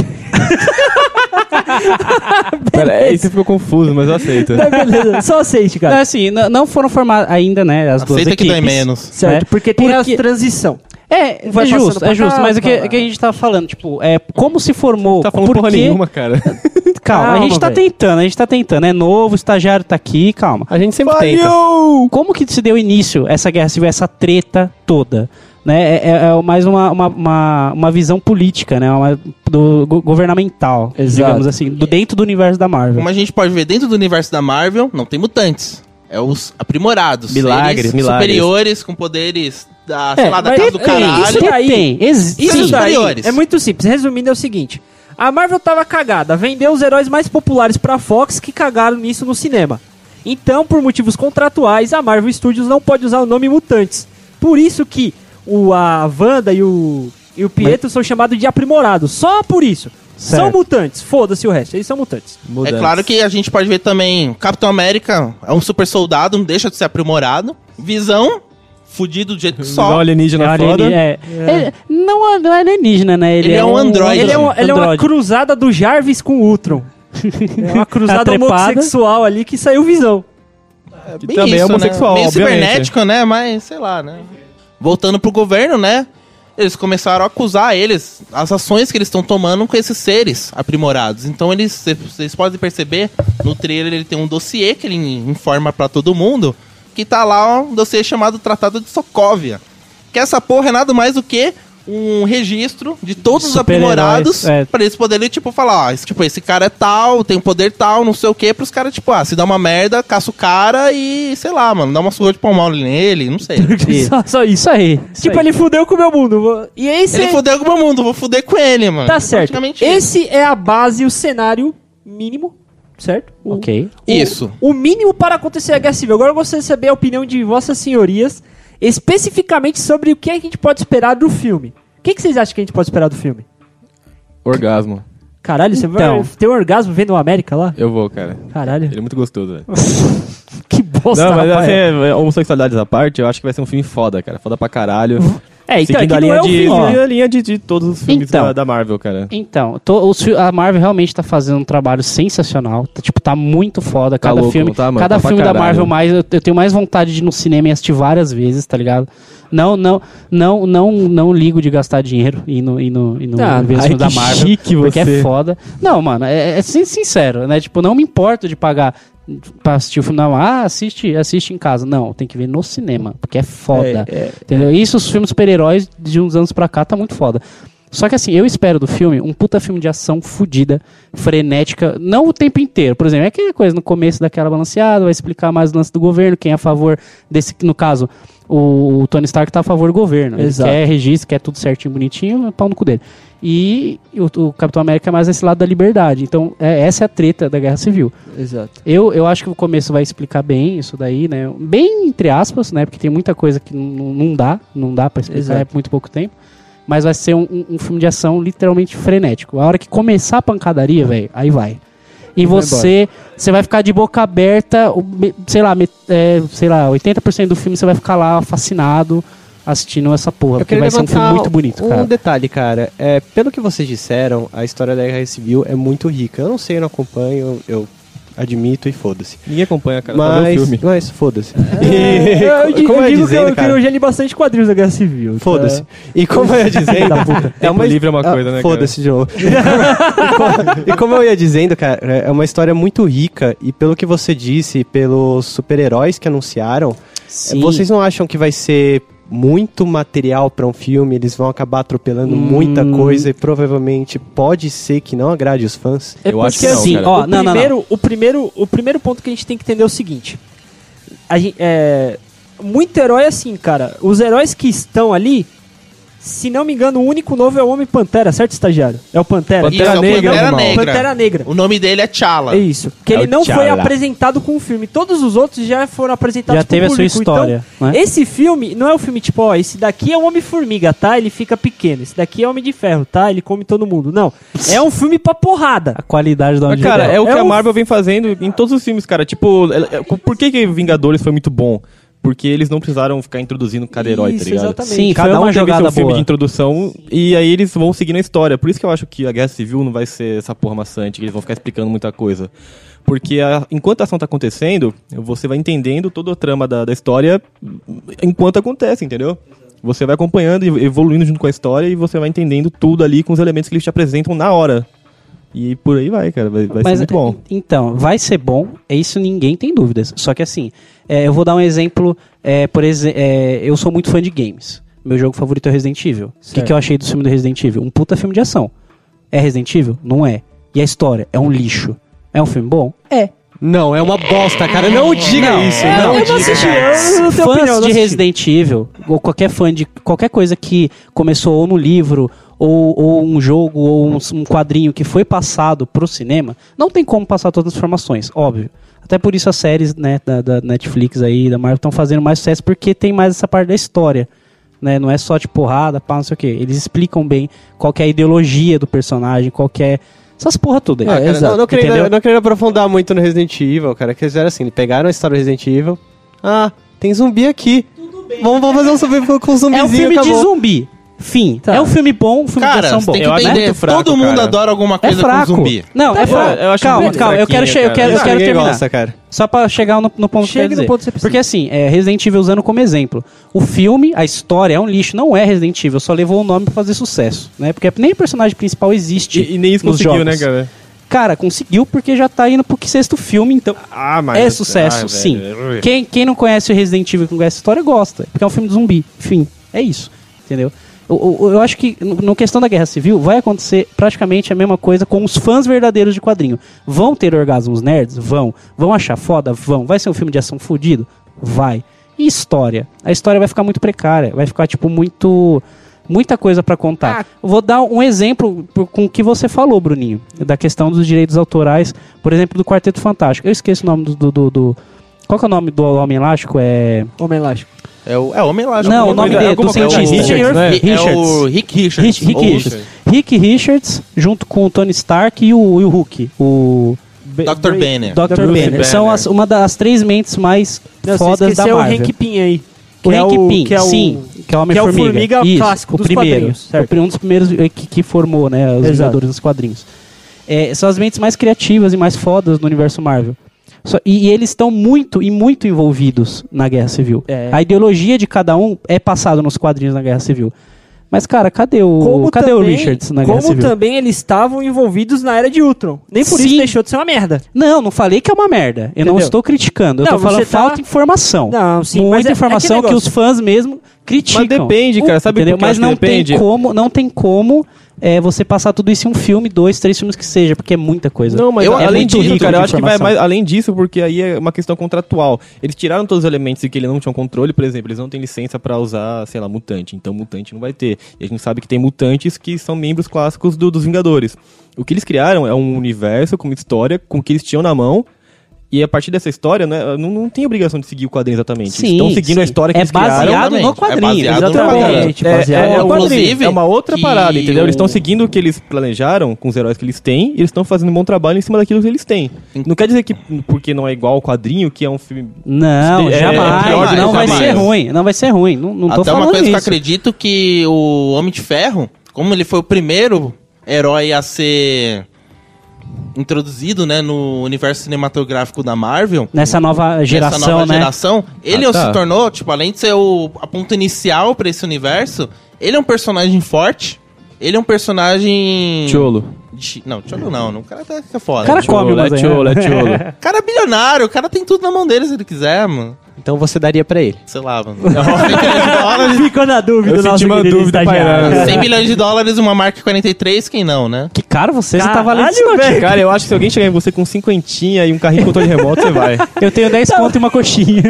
Speaker 2: Pera,
Speaker 1: é
Speaker 2: aí você ficou confuso, mas eu aceito.
Speaker 1: Tá, beleza, só aceite,
Speaker 4: Não,
Speaker 1: cara.
Speaker 4: assim, n- não foram formadas ainda, né, as duas
Speaker 5: Aceita que
Speaker 4: equipes.
Speaker 5: dói menos.
Speaker 1: Certo,
Speaker 4: né?
Speaker 1: É. porque tem
Speaker 4: Porque-
Speaker 1: a transição.
Speaker 4: É,
Speaker 1: Vai
Speaker 4: é
Speaker 1: passando
Speaker 4: justo,
Speaker 1: pra
Speaker 4: é justo,
Speaker 1: cá,
Speaker 4: mas o que,
Speaker 1: pra lá.
Speaker 4: o que a gente tá falando, tipo, é como se formou,
Speaker 2: Tá falando
Speaker 4: por
Speaker 2: porra
Speaker 4: quê?
Speaker 2: nenhuma, cara.
Speaker 4: Calma, a gente
Speaker 1: Calma,
Speaker 4: tá
Speaker 1: velho.
Speaker 4: tentando, a gente tá tentando, é novo, o estagiário tá aqui, calma.
Speaker 3: A gente sempre tenta.
Speaker 4: Como que se deu início essa guerra civil, essa treta toda? Né? É, é- é mais uma, uma, uma, uma visão política, né? Uma, do go- governamental,
Speaker 1: Exato.
Speaker 4: digamos assim, do dentro do universo da Marvel.
Speaker 5: Como a gente pode ver dentro do universo da Marvel, não tem mutantes. É os aprimorados.
Speaker 3: Milagres,
Speaker 5: seres
Speaker 3: milagres.
Speaker 5: Superiores com poderes da, sei
Speaker 1: É,
Speaker 5: lá, da
Speaker 1: mas
Speaker 5: casa do
Speaker 1: tem-
Speaker 5: caralho.
Speaker 4: Isso
Speaker 1: daí-
Speaker 4: tem, ex-
Speaker 5: Isso
Speaker 4: sim.
Speaker 5: daí- superiores.
Speaker 1: É muito simples. Resumindo, é o seguinte: a Marvel tava cagada, vendeu os heróis mais populares pra Fox que cagaram nisso no cinema. Então, por motivos contratuais, a Marvel Studios não pode usar o nome Mutantes. Por isso que o, a Wanda e o, e o Pietro são chamados de aprimorados. Só por isso. São
Speaker 4: Certo.
Speaker 1: mutantes, foda-se o resto, eles são mutantes.
Speaker 5: É claro que a gente pode ver também, Capitão América é um super soldado, não deixa de ser aprimorado. Visão, fudido do jeito que
Speaker 2: Só
Speaker 5: só.
Speaker 2: alienígena
Speaker 4: É um
Speaker 2: foda.
Speaker 4: alieni- é. Ele- não, é- não é alienígena, né? Ele,
Speaker 5: Ele é um androide.
Speaker 1: Ele é, uma, ele é uma
Speaker 4: androide.
Speaker 1: cruzada do Jarvis com o Ultron. É uma cruzada
Speaker 4: trepada.
Speaker 1: homossexual ali que saiu visão.
Speaker 5: Que
Speaker 2: também é
Speaker 1: né?
Speaker 2: homossexual,
Speaker 5: né? Meio
Speaker 2: obviamente.
Speaker 5: cibernético, né? Mas, sei lá, né? Voltando pro governo, né? Eles começaram a acusar eles, as ações que eles estão tomando com esses seres aprimorados. Então, eles, cê- vocês podem perceber, no trailer ele tem um dossiê que ele in- informa pra todo mundo, que tá lá um dossiê chamado Tratado de Sokovia. Que essa porra é nada mais do que um registro de todos os
Speaker 4: Super-heróis,
Speaker 5: aprimorados
Speaker 4: é.
Speaker 5: Pra eles poderem, tipo, falar, ó, esse- tipo, esse cara é tal, tem um poder tal, não sei o quê, pros caras, tipo, ah, se dá uma merda, caça o cara e, sei lá, mano, dá uma surra de pau mal nele, não sei. E-
Speaker 4: Só, só isso aí. Isso
Speaker 1: tipo,
Speaker 4: aí.
Speaker 1: ele fudeu com o meu mundo. E esse
Speaker 5: ele
Speaker 1: é-
Speaker 5: fudeu com o meu mundo, vou fuder com ele, mano.
Speaker 1: tá certo.
Speaker 5: Praticamente isso.
Speaker 1: Esse é a base, o cenário mínimo, certo? O- o-
Speaker 4: Ok.
Speaker 5: Isso.
Speaker 1: O mínimo para acontecer é a guerra civil. Agora eu gostaria de saber a opinião de vossas senhorias, especificamente sobre o que a gente pode esperar do filme. O que, que vocês acham que a gente pode esperar do filme?
Speaker 2: Orgasmo.
Speaker 1: Caralho, você
Speaker 4: Então.
Speaker 1: vai ter um orgasmo vendo o América lá?
Speaker 2: Eu vou, cara.
Speaker 1: Caralho.
Speaker 2: Ele é muito gostoso, velho.
Speaker 1: que bosta,
Speaker 2: Não, mas
Speaker 1: rapaz.
Speaker 2: assim, é, homossexualidades à parte, eu acho que vai ser um filme foda, cara. Foda pra caralho.
Speaker 1: É, então
Speaker 2: Seguindo
Speaker 1: aqui
Speaker 2: a
Speaker 1: não
Speaker 2: linha,
Speaker 1: é o
Speaker 2: de,
Speaker 1: fim, ó.
Speaker 2: a linha de, de todos os filmes
Speaker 4: Então.
Speaker 2: da, da Marvel, cara.
Speaker 4: Então, to- os fi- a Marvel realmente tá fazendo um trabalho sensacional. Tá, tipo, tá muito foda.
Speaker 2: Tá
Speaker 4: Cada
Speaker 2: louco,
Speaker 4: filme,
Speaker 2: não tá, mano?
Speaker 4: cada
Speaker 2: Tá pra
Speaker 4: filme da
Speaker 2: caralho.
Speaker 4: Marvel mais, eu, eu tenho mais vontade de ir no cinema e assistir várias vezes, tá ligado? Não, não, não, não, não ligo de gastar dinheiro e no, e no, e no,
Speaker 1: Tá,
Speaker 4: no ver os
Speaker 2: Ah, ai,
Speaker 4: filmes da
Speaker 2: que
Speaker 4: Marvel.
Speaker 2: chique
Speaker 4: Porque
Speaker 2: você.
Speaker 4: é foda. Não, mano, é, é sin- sincero, né? Tipo, não me importo de pagar pra assistir o filme da Marvel. Ah, assiste, assiste em casa. Não, tem que ver no cinema, porque é foda. Entendeu? Isso, os filmes super-heróis de uns anos pra cá tá muito foda. Só que assim, eu espero do filme um puta filme de ação fodida, frenética, não o tempo inteiro. Por exemplo, é aquela coisa no começo daquela balanceada, vai explicar mais o lance do governo, quem é a favor desse, no caso, o, o Tony Stark tá a favor do governo.
Speaker 1: Exato.
Speaker 4: Ele quer registro, quer tudo certinho, bonitinho, é pau no cu dele. E o, o Capitão América é mais esse lado da liberdade. Então, é- essa é a treta da Guerra Civil.
Speaker 1: Exato.
Speaker 4: Eu, eu acho que o começo vai explicar bem isso daí, né? Bem entre aspas, né? Porque tem muita coisa que não- não não dá, não dá pra explicar,
Speaker 1: Exato.
Speaker 4: é muito pouco tempo. Mas vai ser um, um- um filme de ação literalmente frenético. A hora que começar a pancadaria, velho, aí vai. E
Speaker 1: vai
Speaker 4: você, você vai ficar de boca aberta, o me- sei lá, me- é, sei lá, 80% do filme você vai ficar lá fascinado assistindo essa porra, porque vai ser um filme
Speaker 3: levantar
Speaker 4: muito bonito,
Speaker 3: um
Speaker 4: cara.
Speaker 3: detalhe, cara. É, pelo que vocês disseram, a história da Guerra Civil é muito rica. Eu não sei, eu não acompanho, eu admito e foda-se.
Speaker 2: Ninguém acompanha, cara. Só vê o
Speaker 3: Mas,
Speaker 2: filme.
Speaker 3: mas foda-se.
Speaker 1: Eu, É, eu
Speaker 3: E
Speaker 1: di-
Speaker 3: como eu
Speaker 1: eu
Speaker 3: ia
Speaker 1: digo que eu,
Speaker 3: dizendo,
Speaker 1: que eu
Speaker 3: cara...
Speaker 1: já li bastante quadrinhos da Guerra Civil. tá?
Speaker 3: Foda-se. E como eu ia dizendo... é
Speaker 2: Tempo livre é uma coisa, né, cara?
Speaker 3: Foda-se, João. E como- e como eu ia dizendo, cara, é uma história muito rica. E pelo que você disse, pelos super-heróis que anunciaram,
Speaker 4: Sim.
Speaker 3: Vocês não acham que vai ser muito material pra um filme? Eles vão acabar atropelando
Speaker 4: Hum.
Speaker 3: muita coisa e provavelmente pode ser que não agrade os fãs?
Speaker 1: É
Speaker 2: Eu
Speaker 1: porque,
Speaker 2: acho que não,
Speaker 1: assim,
Speaker 2: cara.
Speaker 1: ó,
Speaker 4: O
Speaker 1: não, não,
Speaker 4: primeiro-
Speaker 1: não. O, primeiro, o primeiro ponto que a gente tem que entender é o seguinte. A gente, é, muito herói é assim, cara. Os heróis que estão ali, se não me engano, o único novo é o Homem-Pantera, certo, estagiário? É o Pantera.
Speaker 2: Pantera
Speaker 5: Isso, é o
Speaker 2: Negra,
Speaker 5: Pantera
Speaker 2: irmão.
Speaker 5: Negra.
Speaker 1: Pantera Negra.
Speaker 5: O nome dele é T'Challa.
Speaker 1: É isso. Que
Speaker 2: É
Speaker 1: ele
Speaker 2: o
Speaker 1: não foi
Speaker 2: T'Challa.
Speaker 1: apresentado com o filme. Todos os outros já foram apresentados
Speaker 4: Já teve a
Speaker 1: pro
Speaker 4: sua
Speaker 1: público.
Speaker 4: história,
Speaker 1: Então,
Speaker 4: né?
Speaker 1: Esse filme não é o filme tipo, ó, esse daqui é o Homem-Formiga, tá? Ele fica pequeno. Esse daqui é o Homem de Ferro, tá? Ele come todo mundo. Não. É um filme pra porrada.
Speaker 4: A qualidade do
Speaker 2: Mas,
Speaker 4: Homem de
Speaker 2: cara,
Speaker 4: Ferro.
Speaker 2: é o que
Speaker 1: É
Speaker 2: a
Speaker 1: um-
Speaker 2: Marvel vem fazendo em todos os filmes, cara. Tipo, ela- é- por que, que Vingadores foi muito bom? Porque eles não precisaram ficar introduzindo cada herói, tá
Speaker 1: Isso,
Speaker 2: ligado?
Speaker 1: exatamente.
Speaker 4: Sim,
Speaker 2: Cada
Speaker 4: foi
Speaker 2: um
Speaker 4: uma
Speaker 2: teve
Speaker 4: jogada
Speaker 2: seu filme
Speaker 4: boa.
Speaker 2: de introdução e aí eles vão seguindo a história. Por isso que eu acho que a Guerra Civil não vai ser essa porra maçante, que eles vão ficar explicando muita coisa. Porque a- enquanto a ação tá acontecendo, você vai entendendo todo o trama da, da história enquanto acontece, entendeu? Você vai acompanhando e evoluindo junto com a história e você vai entendendo tudo ali com os elementos que eles te apresentam na hora. E por aí vai, cara. Vai, vai ser muito bom.
Speaker 4: en- Então, vai ser bom, é isso ninguém tem dúvidas. Só que assim, é, eu vou dar um exemplo. é, por exe- é, eu sou muito fã de games. Meu jogo favorito é Resident Evil. O que,
Speaker 1: Certo.
Speaker 4: que eu achei do filme do Resident Evil? Um puta filme de ação. É Resident Evil? Não é. E a história? É um lixo. É um filme bom? É.
Speaker 3: Não, é uma bosta, cara. Não diga isso.
Speaker 1: Eu não assisti, eu não tenho opinião, eu
Speaker 4: Fãs
Speaker 1: não
Speaker 4: de
Speaker 1: assisti.
Speaker 4: Resident Evil, ou qualquer fã de qualquer coisa que começou ou no livro, ou, ou um jogo, ou um, um quadrinho que foi passado pro cinema, não tem como passar todas as informações, óbvio. Até por isso as séries né, da, da Netflix aí, da Marvel, estão fazendo mais sucesso, porque tem mais essa parte da história. né? Não é só de porrada, pá, não sei o quê. Eles explicam bem qual que é a ideologia do personagem, qual que é. Essas porra tudo aí.
Speaker 3: Ah, cara, não, não querendo,
Speaker 4: entendeu?
Speaker 3: não querendo aprofundar muito no Resident Evil, cara. Que eles fizeram assim, eles pegaram a história do Resident Evil. Ah, tem zumbi aqui. Vamos, vamos fazer um zumbi com- com um zumbizinho,
Speaker 4: É um filme
Speaker 3: acabou. Tá.
Speaker 4: de zumbi. Fim. É um filme bom, um filme de
Speaker 5: Cara,
Speaker 4: ação
Speaker 5: você
Speaker 4: bom.
Speaker 5: tem que
Speaker 2: Eu acho
Speaker 5: entender.
Speaker 2: muito fraco,
Speaker 5: todo mundo
Speaker 2: cara.
Speaker 5: adora alguma
Speaker 4: É
Speaker 5: coisa
Speaker 4: fraco.
Speaker 5: com zumbi.
Speaker 4: Não, é
Speaker 1: Tá bom.
Speaker 4: fraco.
Speaker 2: Eu acho
Speaker 4: calma,
Speaker 2: muito
Speaker 4: calma. Eu quero,
Speaker 2: fraquinho,
Speaker 4: che- eu
Speaker 2: cara.
Speaker 4: quero, eu
Speaker 3: Isso
Speaker 4: quero
Speaker 3: ninguém
Speaker 4: terminar.
Speaker 3: gosta, cara.
Speaker 4: Só pra chegar no, no ponto que eu
Speaker 1: Chega
Speaker 4: quero
Speaker 1: no
Speaker 4: dizer.
Speaker 1: ponto que você precisa.
Speaker 4: Porque assim, é, Resident Evil usando como exemplo. O filme, a história é um lixo, não é Resident Evil, só levou o nome pra fazer sucesso, né? Porque nem o personagem principal existe.
Speaker 2: E, e nem isso
Speaker 4: nos
Speaker 2: conseguiu,
Speaker 4: jogos.
Speaker 2: né, cara?
Speaker 4: Cara, conseguiu porque já tá indo pro que sexto filme, então.
Speaker 2: Ah,
Speaker 4: é sucesso,
Speaker 2: ah,
Speaker 4: sim.
Speaker 2: velho.
Speaker 4: Quem, quem não conhece o Resident Evil e não conhece a história, gosta. Porque é um filme de zumbi. Fim. É isso. Entendeu? Eu, eu- eu acho que, no no questão da Guerra Civil, vai acontecer praticamente a mesma coisa com os fãs verdadeiros de quadrinho. Vão ter orgasmos nerds? Vão. Vão achar foda? Vão. Vai ser um filme de ação fudido? Vai. E história? A história vai ficar muito precária. Vai ficar, tipo, muito... Muita coisa pra contar. Vou dar um exemplo por- com o que você falou, Bruninho, da questão dos direitos autorais, por exemplo, do Quarteto Fantástico. Eu esqueço o nome do- do- do- do qual que é o nome do Homem Elástico? É.
Speaker 1: Homem Elástico.
Speaker 5: É o, é o homem lá.
Speaker 4: Não, o nome dele, do
Speaker 2: alguma coisa-
Speaker 4: cientista.
Speaker 2: é o Richards, né?
Speaker 5: É o Rick Richards.
Speaker 4: Rich- Rick
Speaker 5: Ou-
Speaker 4: Richards. Rick Richards, junto com o Tony Stark e o, e o Hulk, o
Speaker 5: Dr. Banner.
Speaker 4: Dr.
Speaker 1: Bruce
Speaker 4: Banner.
Speaker 1: Banner.
Speaker 5: É,
Speaker 4: São
Speaker 5: né?
Speaker 4: as- uma das três mentes mais
Speaker 1: Não, você
Speaker 4: fodas da
Speaker 1: esqueceu
Speaker 4: é Marvel.
Speaker 1: o Hank Pym aí.
Speaker 4: O
Speaker 1: que é
Speaker 4: Hank
Speaker 1: o-
Speaker 4: Pym,
Speaker 1: que é o-
Speaker 4: sim, que é o
Speaker 1: que é o
Speaker 4: Homem-Formiga.
Speaker 1: Formiga
Speaker 4: Isso,
Speaker 1: clássico
Speaker 4: o
Speaker 1: dos
Speaker 4: primeiro,
Speaker 1: quadrinhos, certo.
Speaker 4: O pri- um dos primeiros eh, que, que formou, né, os
Speaker 1: Exato.
Speaker 4: Vingadores dos quadrinhos. É, são as mentes mais criativas e mais fodas do universo Marvel. Só- e, e eles estão muito e muito envolvidos na Guerra Civil.
Speaker 1: É.
Speaker 4: A ideologia de cada um é passada nos quadrinhos na Guerra Civil. Mas, cara, cadê o, cadê o Richards na Guerra
Speaker 1: como
Speaker 4: Civil?
Speaker 1: também eles estavam envolvidos na era de Ultron. Nem por isso
Speaker 4: Sim.
Speaker 1: deixou de ser uma merda.
Speaker 4: Não, não falei que é uma merda. Eu não
Speaker 1: Entendeu?
Speaker 4: estou criticando. Eu
Speaker 1: Não,
Speaker 4: tô falando
Speaker 1: você tá-
Speaker 4: falta de informação.
Speaker 1: Não, sim, mas
Speaker 4: Muita
Speaker 1: é- é
Speaker 4: informação
Speaker 1: aquele
Speaker 4: que
Speaker 1: negócio.
Speaker 4: os fãs mesmo criticam.
Speaker 2: Mas depende, cara. Sabe
Speaker 4: Entendeu?
Speaker 2: por que eu
Speaker 4: Mas
Speaker 2: acho
Speaker 4: não
Speaker 2: que depende?
Speaker 4: tem como, não tem como é, você passar tudo isso em um filme, dois, três filmes que seja, porque é muita coisa.
Speaker 2: Não, mas
Speaker 5: Eu-
Speaker 2: a-
Speaker 5: é
Speaker 2: além
Speaker 5: muito
Speaker 2: disso,
Speaker 4: rico
Speaker 2: cara,
Speaker 4: de
Speaker 2: né? eu acho que vai
Speaker 4: informação.
Speaker 2: mais além disso, porque aí é uma questão contratual. Eles tiraram todos os elementos que ele não tinha controle, por exemplo, eles não têm licença pra usar, sei lá, mutante, então mutante não vai ter. E a gente sabe que tem mutantes que são membros clássicos do- dos Vingadores. O que eles criaram é um universo com uma história, com o que eles tinham na mão. E a partir dessa história, né, não, não tem obrigação de seguir o quadrinho exatamente.
Speaker 4: Sim,
Speaker 2: eles estão seguindo a
Speaker 4: sim.
Speaker 2: história que
Speaker 4: É
Speaker 2: eles criaram.
Speaker 4: baseado
Speaker 5: Exatamente.
Speaker 4: no quadrinho.
Speaker 5: É baseado no
Speaker 4: exatamente.
Speaker 5: quadrinho.
Speaker 1: É,
Speaker 2: Então, É,
Speaker 1: é
Speaker 2: é,
Speaker 1: um
Speaker 2: uma-
Speaker 5: inclusive,
Speaker 2: é uma outra
Speaker 5: que
Speaker 2: parada, entendeu? Eles
Speaker 5: o-
Speaker 2: estão seguindo o que eles planejaram com os heróis que eles têm e eles estão fazendo um bom trabalho em cima daquilo que eles têm. Não quer dizer que porque não é igual ao quadrinho, que é um filme.
Speaker 4: Não,
Speaker 2: É,
Speaker 4: jamais.
Speaker 2: é pior
Speaker 5: do que
Speaker 4: não vai
Speaker 5: jamais.
Speaker 4: ser ruim. Não vai ser ruim. Não, não tô
Speaker 5: Até
Speaker 4: falando
Speaker 5: uma coisa que eu
Speaker 4: isso.
Speaker 5: acredito que o Homem de Ferro, como ele foi o primeiro herói a ser introduzido, né, no universo cinematográfico da Marvel,
Speaker 4: Nessa nova geração,
Speaker 5: essa nova
Speaker 4: né?
Speaker 5: geração, ele
Speaker 2: Ah, tá.
Speaker 5: se tornou, tipo, além de ser o, a ponta inicial pra esse universo, ele é um personagem forte, ele é um personagem... De- Não, Tcholo não, o cara tá, tá fora.
Speaker 4: O cara come, mas
Speaker 2: é tcholo, é tcholo.
Speaker 5: O cara é bilionário, o cara tem tudo na mão dele se ele quiser, mano.
Speaker 3: Então você daria pra ele.
Speaker 5: Sei lá, mano. É 100 milhões de dólares,
Speaker 1: Ficou na dúvida,
Speaker 2: Eu
Speaker 1: o nosso
Speaker 2: senti uma
Speaker 1: querido
Speaker 2: dúvida
Speaker 1: estagiário.
Speaker 4: É.
Speaker 2: pairando.
Speaker 5: 100 milhões de dólares, uma marca 43, quem não, né?
Speaker 4: Que caro você, você tá valendo
Speaker 1: Caralho,
Speaker 4: isso, não,
Speaker 1: velho.
Speaker 2: Cara, eu acho que se alguém chegar em você com cinquentinha e um carrinho com controle remoto, você vai.
Speaker 4: tio. Eu tenho 10 conto e uma coxinha.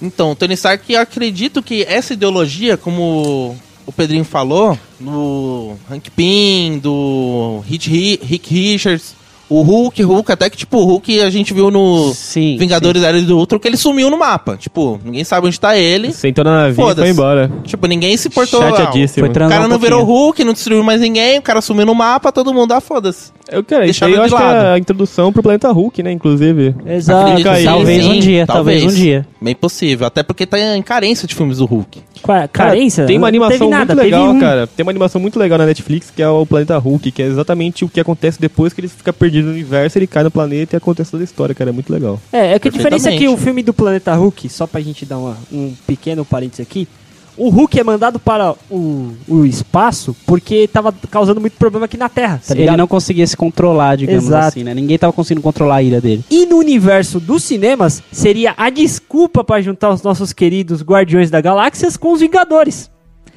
Speaker 5: Então, o Tony Stark, eu acredito que essa ideologia, como o Pedrinho falou, do Hank Pym, do Rich Ri- Rick Richards, o Hulk, Hulk, até que tipo, o Hulk a gente viu no
Speaker 4: Sim,
Speaker 5: Vingadores Era do Ultron que ele sumiu no mapa. Tipo, ninguém sabe onde tá ele.
Speaker 2: Sentou na navio e
Speaker 5: Foda-se.
Speaker 2: foi embora.
Speaker 5: Tipo, ninguém se portou.
Speaker 2: Chateadíssimo.
Speaker 4: Foi
Speaker 5: ah, o
Speaker 4: transar
Speaker 5: cara
Speaker 4: um
Speaker 5: não virou
Speaker 4: pouquinho.
Speaker 5: Hulk, não destruiu mais ninguém, o cara sumiu no mapa, todo mundo, ah, foda-se.
Speaker 2: Eu, cara, isso
Speaker 5: Deixaram
Speaker 2: aí eu
Speaker 5: de
Speaker 2: acho que é
Speaker 5: lado.
Speaker 2: a introdução pro planeta Hulk, né? Inclusive.
Speaker 1: Exato.
Speaker 5: Acredito que
Speaker 2: aí.
Speaker 4: Talvez
Speaker 5: sim,
Speaker 4: um dia, talvez um dia.
Speaker 5: Bem possível, até porque tá em carência de filmes do Hulk.
Speaker 1: Qua- Carência?
Speaker 2: Tem uma
Speaker 1: Tá.
Speaker 4: né?
Speaker 1: Não teve
Speaker 2: animação
Speaker 1: nada,
Speaker 2: muito
Speaker 1: teve
Speaker 2: legal,
Speaker 1: um.
Speaker 2: cara. Tem uma animação muito legal na Netflix que é o Planeta Hulk, que é exatamente o que acontece depois que ele fica perdido no universo, ele cai no planeta e acontece toda a história, cara. É muito legal.
Speaker 1: É, é que a diferença é que
Speaker 5: Perfeitamente.
Speaker 1: o filme do Planeta Hulk, só pra gente dar uma- um pequeno parênteses aqui, o Hulk é mandado para o, o espaço porque tava causando muito problema aqui na Terra, tá
Speaker 4: ele
Speaker 1: ligado?
Speaker 4: não conseguia se controlar, digamos
Speaker 1: Exato.
Speaker 4: assim, né? Ninguém tava conseguindo controlar a ira dele.
Speaker 1: E no universo dos cinemas, seria a desculpa pra juntar os nossos queridos Guardiões da Galáxias com os Vingadores.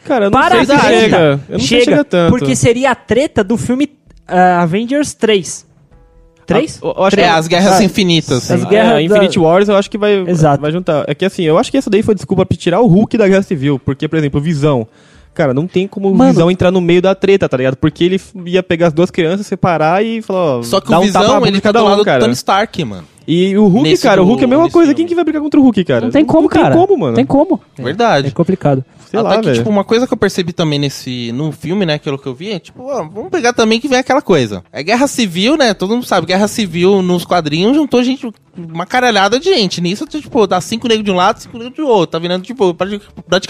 Speaker 2: Cara, eu não
Speaker 1: Para
Speaker 2: sei se
Speaker 1: a treta.
Speaker 2: chega. Eu não sei se chega tanto.
Speaker 1: porque seria a treta do filme ah, Avengers 3. 3?
Speaker 2: Ah, eu- eu acho que-
Speaker 5: É, as guerras
Speaker 1: Ah,
Speaker 5: infinitas.
Speaker 1: as
Speaker 5: sim.
Speaker 2: É,
Speaker 1: guerras- Guerra
Speaker 2: a Infinity Wars eu acho que vai,
Speaker 1: Exato.
Speaker 2: vai juntar. É que assim, eu acho que essa daí foi desculpa pra tirar o Hulk da Guerra Civil. Porque, por exemplo, o Visão. Cara, não tem como o
Speaker 4: Mano.
Speaker 2: Visão entrar no meio da treta, tá ligado? Porque ele f- ia pegar as duas crianças, separar e falar, ó,
Speaker 5: Só que
Speaker 2: dá
Speaker 5: o
Speaker 2: um tapa na
Speaker 5: Visão,
Speaker 2: bunda
Speaker 5: ele
Speaker 2: de
Speaker 5: tá
Speaker 2: cada
Speaker 5: do
Speaker 2: um,
Speaker 5: lado do
Speaker 2: cara.
Speaker 5: Tony Stark, mano.
Speaker 2: E o Hulk,
Speaker 5: Nesse
Speaker 2: cara, o
Speaker 5: do-
Speaker 2: Hulk é a mesma
Speaker 5: nesse
Speaker 2: coisa.
Speaker 5: filme.
Speaker 2: Quem que vai brigar contra o Hulk, cara?
Speaker 4: Não tem como, cara.
Speaker 2: Não tem como, mano.
Speaker 4: Tem como. É
Speaker 5: Verdade.
Speaker 4: complicado.
Speaker 2: Sei
Speaker 5: Até
Speaker 2: lá,
Speaker 5: que,
Speaker 2: velho.
Speaker 5: tipo, uma coisa que eu percebi também nesse, no filme, né, aquilo que eu vi, é tipo, ó, vamos pegar também que vem aquela coisa. É guerra civil, né, todo mundo sabe, guerra civil nos quadrinhos juntou gente, uma caralhada de gente. Nisso, tipo, dá cinco negros de um lado, cinco negros de outro. Tá virando, tipo, prati-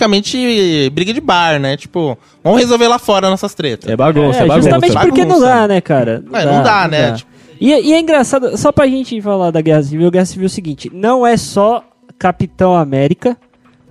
Speaker 5: praticamente briga de bar, né, tipo, vamos resolver lá fora nossas tretas.
Speaker 2: É bagunça, é, bagunça.
Speaker 1: justamente porque não
Speaker 5: Bagunça.
Speaker 1: dá, né,
Speaker 2: É,
Speaker 1: cara?
Speaker 5: Ué, não dá, né? Tipo-
Speaker 1: E, e é engraçado, só pra gente falar da Guerra Civil, Guerra Civil é o seguinte, não é só Capitão América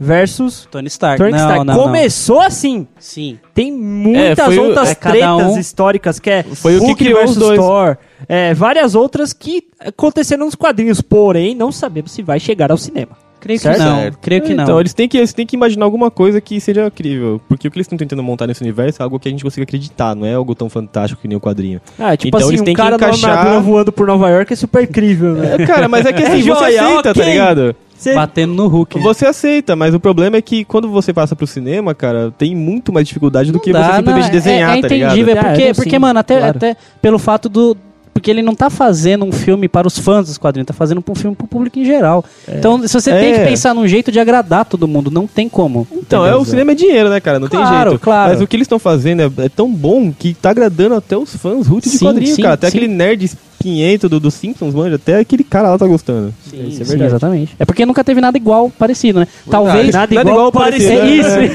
Speaker 1: versus
Speaker 4: Tony Stark.
Speaker 1: Tony
Speaker 4: não,
Speaker 1: Stark.
Speaker 4: Não,
Speaker 1: Começou assim.
Speaker 4: não. Sim.
Speaker 1: Tem muitas
Speaker 2: É, foi o-
Speaker 1: outras
Speaker 4: é, cada
Speaker 1: tretas
Speaker 4: um-
Speaker 1: históricas que é
Speaker 2: Foi o que
Speaker 1: Hulk
Speaker 2: criou os
Speaker 1: versus
Speaker 2: dois.
Speaker 1: Thor, é, várias outras que aconteceram nos quadrinhos, porém não sabemos se vai chegar ao cinema.
Speaker 4: Creio que
Speaker 1: Certo?
Speaker 4: não.
Speaker 5: Certo.
Speaker 4: Creio que um não.
Speaker 2: Então, eles têm que, eles têm que imaginar alguma coisa que seja crível. Porque o que eles estão tentando montar nesse universo é algo que a gente consiga acreditar, não é algo tão fantástico que nem o quadrinho.
Speaker 1: Ah, tipo
Speaker 2: Então,
Speaker 1: assim,
Speaker 2: eles
Speaker 1: um
Speaker 2: têm que
Speaker 1: cara
Speaker 2: encaixar-
Speaker 1: numa armadura voando por Nova York é super incrível, né?
Speaker 2: É, cara, mas é que assim, você
Speaker 1: É joia,
Speaker 2: aceita,
Speaker 1: ok.
Speaker 2: tá ligado?
Speaker 1: Você-
Speaker 4: Batendo no Hulk.
Speaker 2: Você aceita, mas o problema é que quando você passa pro cinema, cara, tem muito mais dificuldade do que
Speaker 4: Dá,
Speaker 2: você simplesmente
Speaker 4: não, é-
Speaker 2: desenhar,
Speaker 4: é,
Speaker 2: tá
Speaker 4: entendível,
Speaker 2: ligado?
Speaker 1: ligado?
Speaker 4: é porque,
Speaker 1: Ah, eu
Speaker 4: porque
Speaker 1: sim,
Speaker 4: mano, até,
Speaker 1: claro.
Speaker 4: até pelo fato do... Porque ele não tá fazendo um filme para os fãs dos quadrinhos, tá fazendo um filme pro público em geral. Então, se você tem
Speaker 2: É.
Speaker 4: que pensar num jeito de agradar todo mundo, não tem como.
Speaker 2: Então, é,
Speaker 4: entendeu?
Speaker 2: o cinema é dinheiro, né, cara? Não tem
Speaker 4: Claro,
Speaker 2: jeito.
Speaker 4: claro.
Speaker 2: Mas o que eles estão fazendo é, é tão bom que tá agradando até os fãs root de
Speaker 4: Sim,
Speaker 2: quadrinho,
Speaker 4: sim,
Speaker 2: cara. Até
Speaker 4: sim.
Speaker 2: aquele nerd espinhento do, do Simpsons, manja, até aquele cara lá tá gostando.
Speaker 4: Sim,
Speaker 1: Isso é
Speaker 4: sim,
Speaker 1: verdade.
Speaker 4: exatamente. É porque nunca teve nada igual, parecido, né? Talvez...
Speaker 1: Nada,
Speaker 2: Nada
Speaker 1: igual
Speaker 2: igual
Speaker 1: parecido.
Speaker 2: parecido,
Speaker 1: É
Speaker 2: né?